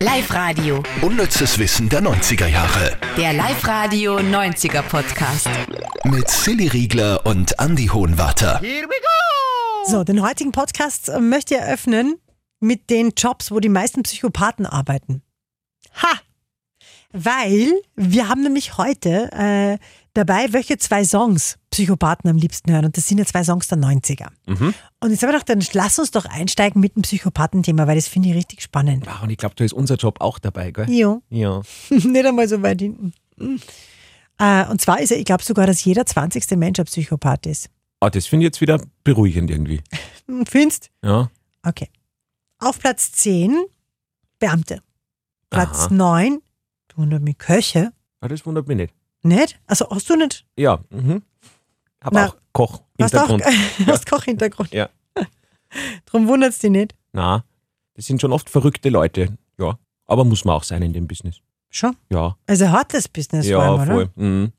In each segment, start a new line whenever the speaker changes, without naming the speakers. Live-Radio.
Unnützes Wissen der 90er Jahre.
Der Live-Radio 90er Podcast.
Mit Silly Riegler und Andy Hohenwarter.
So, den heutigen Podcast äh, möchte ich eröffnen mit den Jobs, wo die meisten Psychopathen arbeiten. Ha! Weil wir haben nämlich heute äh, dabei, welche zwei Songs Psychopathen am liebsten hören. Und das sind ja zwei Songs der 90er. Und jetzt haben wir gedacht, dann lass uns doch einsteigen mit dem Psychopathenthema, weil das finde ich richtig spannend.
Wow, und ich glaube, da ist unser Job auch dabei, gell?
Jo,
Ja.
nicht einmal so weit hinten. Äh, und zwar ist ja, ich glaube sogar, dass jeder 20. Mensch ein Psychopath ist.
Ah, das finde ich jetzt wieder beruhigend irgendwie.
Hm, Findest?
Ja.
Okay. Auf Platz 10 Beamte. Platz
Aha.
9, du wundert mich, Köche.
Ah, das wundert mich nicht.
Nicht? Also hast du nicht?
Ja. Mhm. Hab
Na,
auch Koch.
Hast auch
Hintergrund.
hast Kochhintergrund.
Ja.
Drum wundert's dich nicht.
Na, das sind schon oft verrückte Leute. Ja. Aber muss man auch sein in dem Business.
Schon.
Ja.
Also hartes Business
ja,
vor allem, oder?
voll. Mhm.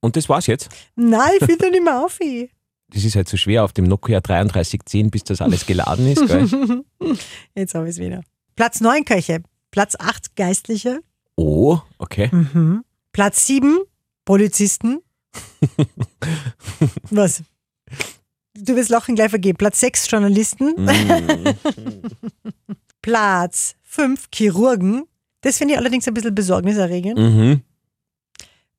Und das war's jetzt.
Nein, ich will da nicht mehr auf. Ich.
Das ist halt so schwer auf dem Nokia 3310, bis das alles geladen ist, gell?
Jetzt habe ich es wieder. Platz 9 Köche. Platz 8 Geistliche.
Oh, okay.
Mhm. Platz 7 Polizisten. Was? Du wirst Lachen gleich vergeben. Platz 6 Journalisten.
Mhm.
Platz 5 Chirurgen. Das finde ich allerdings ein bisschen besorgniserregend.
mhm.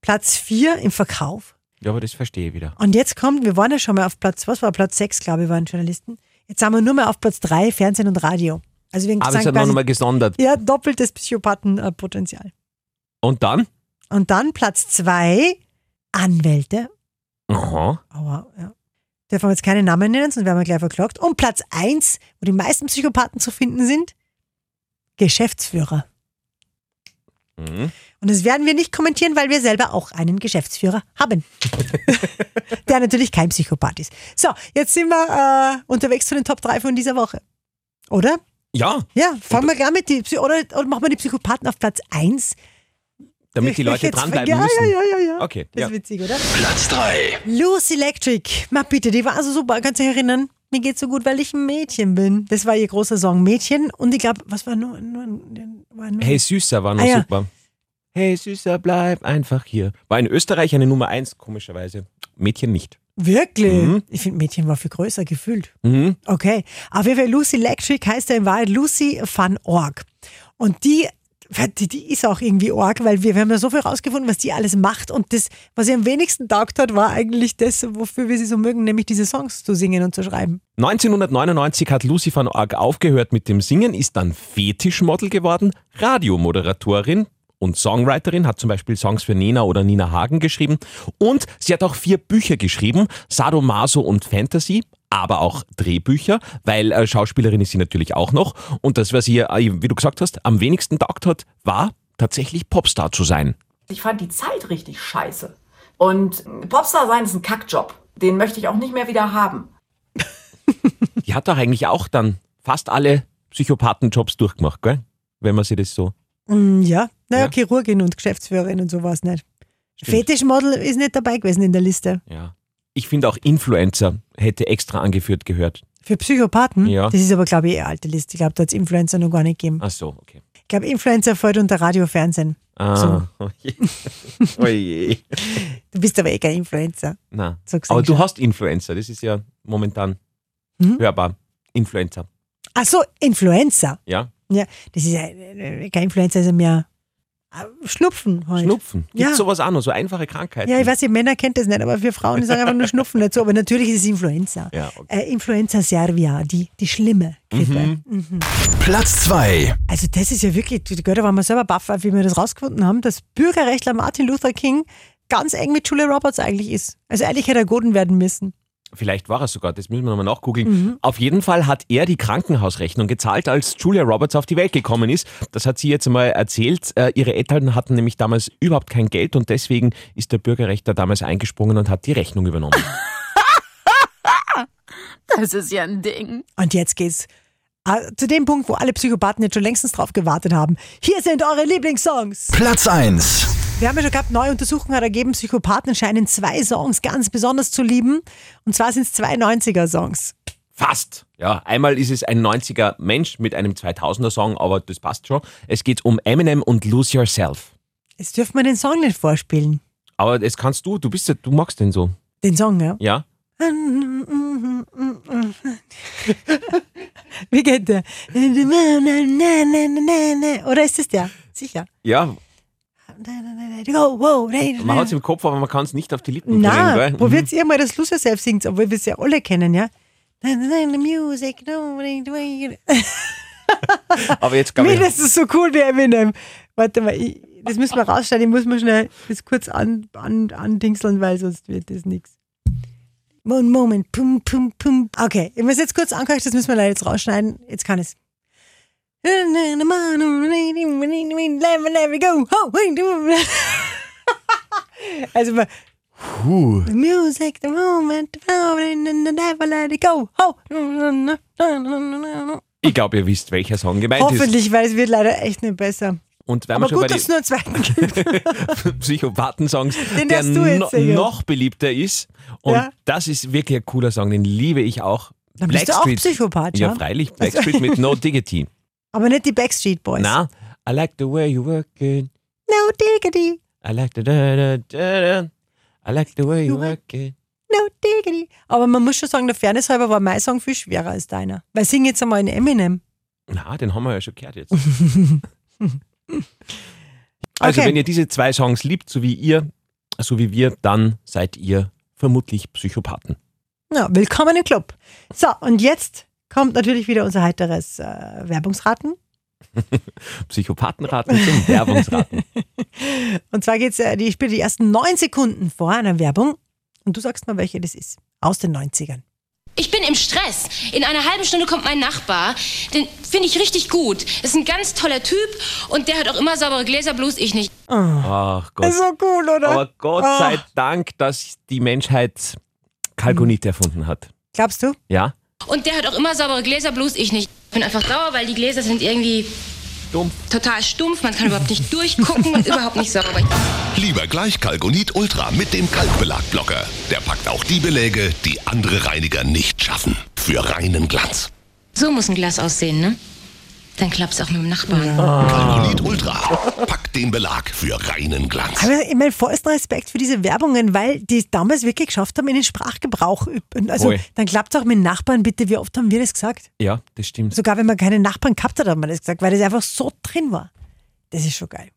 Platz 4 im Verkauf.
Ja, aber das verstehe ich wieder.
Und jetzt kommt, wir waren ja schon mal auf Platz, was war Platz 6, glaube ich, waren Journalisten. Jetzt sind wir nur mal auf Platz 3, Fernsehen und Radio. Also wir
Aber es
sagen
Ah, hat noch
quasi,
mal gesondert.
ja, doppeltes Psychopathenpotenzial.
Und dann?
Und dann Platz 2, Anwälte.
Aha.
Aua, ja. Dürfen wir jetzt keine Namen nennen, sonst werden wir gleich verklagt. Und Platz 1, wo die meisten Psychopathen zu finden sind, Geschäftsführer.
Mhm.
Und das werden wir nicht kommentieren, weil wir selber auch einen Geschäftsführer haben. der natürlich kein Psychopath ist. So, jetzt sind wir äh, unterwegs zu den Top 3 von dieser Woche. Oder?
Ja,
Ja, fangen wir gleich mit die Psy oder, oder machen wir die Psychopathen auf Platz 1.
damit die Leute dranbleiben
ja,
müssen.
Ja, ja, ja, ja.
Okay,
Das
ja.
ist witzig, oder?
Platz 3.
Lucy Electric. Mal bitte, die war also super. Kannst du dich erinnern? Mir geht's so gut, weil ich ein Mädchen bin. Das war ihr großer Song, Mädchen. Und ich glaube, was war nur, nur, war nur
Hey Süßer war noch
Ah, ja.
super. Hey Süßer, bleib einfach hier. War in Österreich eine Nummer eins, komischerweise. Mädchen nicht.
Wirklich?
Mhm.
Ich finde, Mädchen war viel größer gefühlt.
Mhm.
Okay. Auf jeden Fall Lucy Electric heißt ja in Wahrheit Lucy van Org. Und die, die, die ist auch irgendwie Org, weil wir, wir haben ja so viel rausgefunden, was die alles macht. Und das, was ihr am wenigsten taugt hat, war eigentlich das, wofür wir sie so mögen, nämlich diese Songs zu singen und zu schreiben.
1999 hat Lucy van Org aufgehört mit dem Singen, ist dann Fetischmodel geworden, Radiomoderatorin und Songwriterin, hat zum Beispiel Songs für Nena oder Nina Hagen geschrieben und sie hat auch vier Bücher geschrieben, Sadomaso und Fantasy, aber auch Drehbücher, weil äh, Schauspielerin ist sie natürlich auch noch und das, was ihr, äh, wie du gesagt hast, am wenigsten taugt hat, war tatsächlich Popstar zu sein.
Ich fand die Zeit richtig scheiße. Und Popstar sein ist ein Kackjob. Den möchte ich auch nicht mehr wieder haben.
Die hat doch eigentlich auch dann fast alle Psychopathenjobs durchgemacht, gell? Wenn man sich das so...
Mm, ja. Naja,
Mhm. Ja.
Chirurgin und Geschäftsführerin und sowas nicht.
Stimmt.
Fetischmodel ist nicht dabei gewesen in der Liste.
Ja. Ich finde auch Influencer hätte extra angeführt gehört.
Für Psychopathen?
Ja.
Das ist aber, glaube ich, eher alte Liste. Ich glaube, da hat es Influencer noch gar nicht gegeben.
Ach so, okay.
Ich glaube, Influencer fällt unter Radio, Fernsehen.
Ah,
So. Oh
oje. Oje.
Du bist aber eh kein Influencer.
Na.
So gesehen
Aber du
schon.
hast Influencer, das ist ja momentan
Mhm.
hörbar. Influencer,
Ach so, Influencer.
ja.
Ja, das ist ja, äh, kein Influencer, ist ja mehr äh, Schnupfen heute.
Schnupfen. Gibt
Ja.
sowas auch noch, so einfache Krankheiten.
Ja, ich weiß, ihr Männer kennt das nicht, aber für Frauen die sagen einfach nur Schnupfen dazu. Aber natürlich ist es Influenza.
Ja, okay. Mhm.
Äh, Influenza Servia, die, die schlimme Grippe.
Platz 2.
Also das ist ja wirklich, die Götter waren wir selber baff, wie wir das rausgefunden haben, dass Bürgerrechtler Martin Luther King ganz eng mit Julia Roberts eigentlich ist. Also eigentlich hätte er Goden werden müssen.
Vielleicht war er sogar, das müssen wir nochmal nachgoogeln.
Mhm.
Auf jeden Fall hat er die Krankenhausrechnung gezahlt, als Julia Roberts auf die Welt gekommen ist. Das hat sie jetzt einmal erzählt. Äh, ihre Eltern hatten nämlich damals überhaupt kein Geld und deswegen ist der Bürgerrechter damals eingesprungen und hat die Rechnung übernommen.
Das ist ja ein Ding.
Und jetzt geht's äh, zu dem Punkt, wo alle Psychopathen jetzt schon längstens drauf gewartet haben. Hier sind eure Lieblingssongs.
Platz 1.
Wir haben ja schon gehabt, neue Untersuchungen hat ergeben, Psychopathen scheinen zwei Songs ganz besonders zu lieben. Und zwar sind es zwei 90er-Songs.
Fast. Ja, einmal ist es ein 90er Mensch mit einem 2000er Song, aber das passt schon. Es geht um Eminem und Lose Yourself.
Jetzt dürfen wir den Song nicht vorspielen.
Aber das kannst du, du bist ja, du magst den so.
Den Song, ja?
Ja?
Wie geht der? Oder ist es der? Sicher.
Ja,
Go, wow, nee,
man hat es im Kopf, aber man kann es nicht auf die Lippen bringen,
Na,
gell?
probiert ihr mal, dass Lose Yourself singt, obwohl wir es ja alle kennen, ja? Na, na, na, The music, no, we do it.
Mhm. Aber jetzt glaube ich,
Mindestens so cool wie Eminem. Warte mal, ich, das müssen wir rausschneiden. Ich muss mal schnell das kurz an, an, andingseln, weil sonst wird das nichts. Moment, Moment. Pum, pum, pum. Okay, ich muss jetzt kurz angucken, das müssen wir leider jetzt rausschneiden. Jetzt kann es. Also, mal.
Puh.
The music, the moment, the moment, and never let it go. Ho.
ich glaube, ihr wisst, welcher Song gemeint ist.
Hoffentlich, weil es wird leider echt nicht besser.
Und wenn
Aber
wir schon
gut, dass es
bei
nur einen zweiten gibt.
den Psychopathen-Songs,
Den
der
darfst du jetzt
no
singen.
noch beliebter ist. Und
Ja.
das ist wirklich ein cooler Song, den liebe ich auch.
Dann bist du auch Psychopath,
Ja,
ja? Also
freilich. Blackstreet mit No Diggity.
Aber nicht die Backstreet Boys.
Na, I like the way you work it.
No diggity,
I like the da da da da. I like the way you work it.
no diggity. Aber man muss schon sagen, der Fairness halber war mein Song viel schwerer als deiner. Weil sing jetzt einmal in Eminem.
Na, den haben wir ja schon gehört jetzt.
Okay.
Also, wenn ihr diese zwei Songs liebt, so wie ihr, so wie wir, dann seid ihr vermutlich Psychopathen.
Ja, willkommen im Club. So, und jetzt kommt natürlich wieder unser heiteres äh, Werbungsraten.
Psychopathenraten zum Werbungsraten.
Und zwar geht's, äh, die- ich spiele die ersten neun Sekunden vor einer Werbung und du sagst mal, welche das ist. Aus den 90ern.
Ich bin im Stress. In einer halben Stunde kommt mein Nachbar. Den finde ich richtig gut. Ist ein ganz toller Typ und der hat auch immer saubere Gläser, bloß ich nicht.
Ach Gott.
Ist so cool, Also, oder?
Aber Gott
Ah.
sei Dank, dass die Menschheit Kalkonit
Mhm.
erfunden hat.
Glaubst du?
Ja?
Und der hat auch immer saubere Gläser, bloß ich nicht. Ich bin einfach sauer, weil die Gläser sind irgendwie
Dumpf.
total stumpf. Man kann überhaupt nicht durchgucken und überhaupt nicht sauber.
Lieber gleich Kalkonit Ultra mit dem Kalkbelagblocker. Der packt auch die Beläge, die andere Reiniger nicht schaffen. Für reinen Glanz.
So muss ein Glas aussehen, ne? Dann klappt's auch mit dem Nachbarn.
Kalkonit Ultra packt den Belag für reinen Glanz.
Aber ich meine, vollsten Respekt für diese Werbungen, weil die es damals wirklich geschafft haben in den Sprachgebrauch. Also
Voll.
dann klappt auch mit Nachbarn bitte, wie oft haben wir das gesagt?
Ja, das stimmt.
Sogar wenn man keine Nachbarn gehabt hat, hat man das gesagt, weil das einfach so drin war. Das ist schon geil.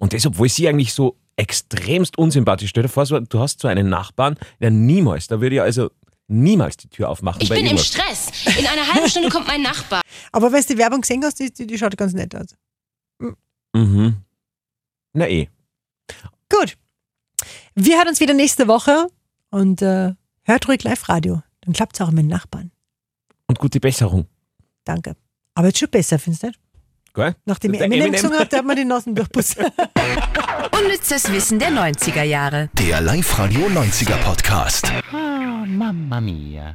Und das, obwohl sie eigentlich so extremst unsympathisch. Stell dir vor, so- du hast so einen Nachbarn, der niemals, da würde ich also niemals die Tür aufmachen.
Ich
bei
bin im
irgendwas.
Stress. In einer halben Stunde kommt mein Nachbar.
Aber wenn du die Werbung gesehen hast, die, die, die schaut ganz nett aus.
Mhm. Na eh.
Gut. Wir hören uns wieder nächste Woche und äh, hört ruhig Live-Radio. Dann klappt es auch mit den Nachbarn.
Und gute Besserung.
Danke. Aber jetzt schon besser, findest du nicht?
Gell?
Nachdem ich
Der
Eminem,
Eminem.
gesungen habe, hat man den Nasen durchputzt.
Unnützes Wissen der 90er Jahre.
Der Live-Radio 90er Podcast.
Ah, mamma mia.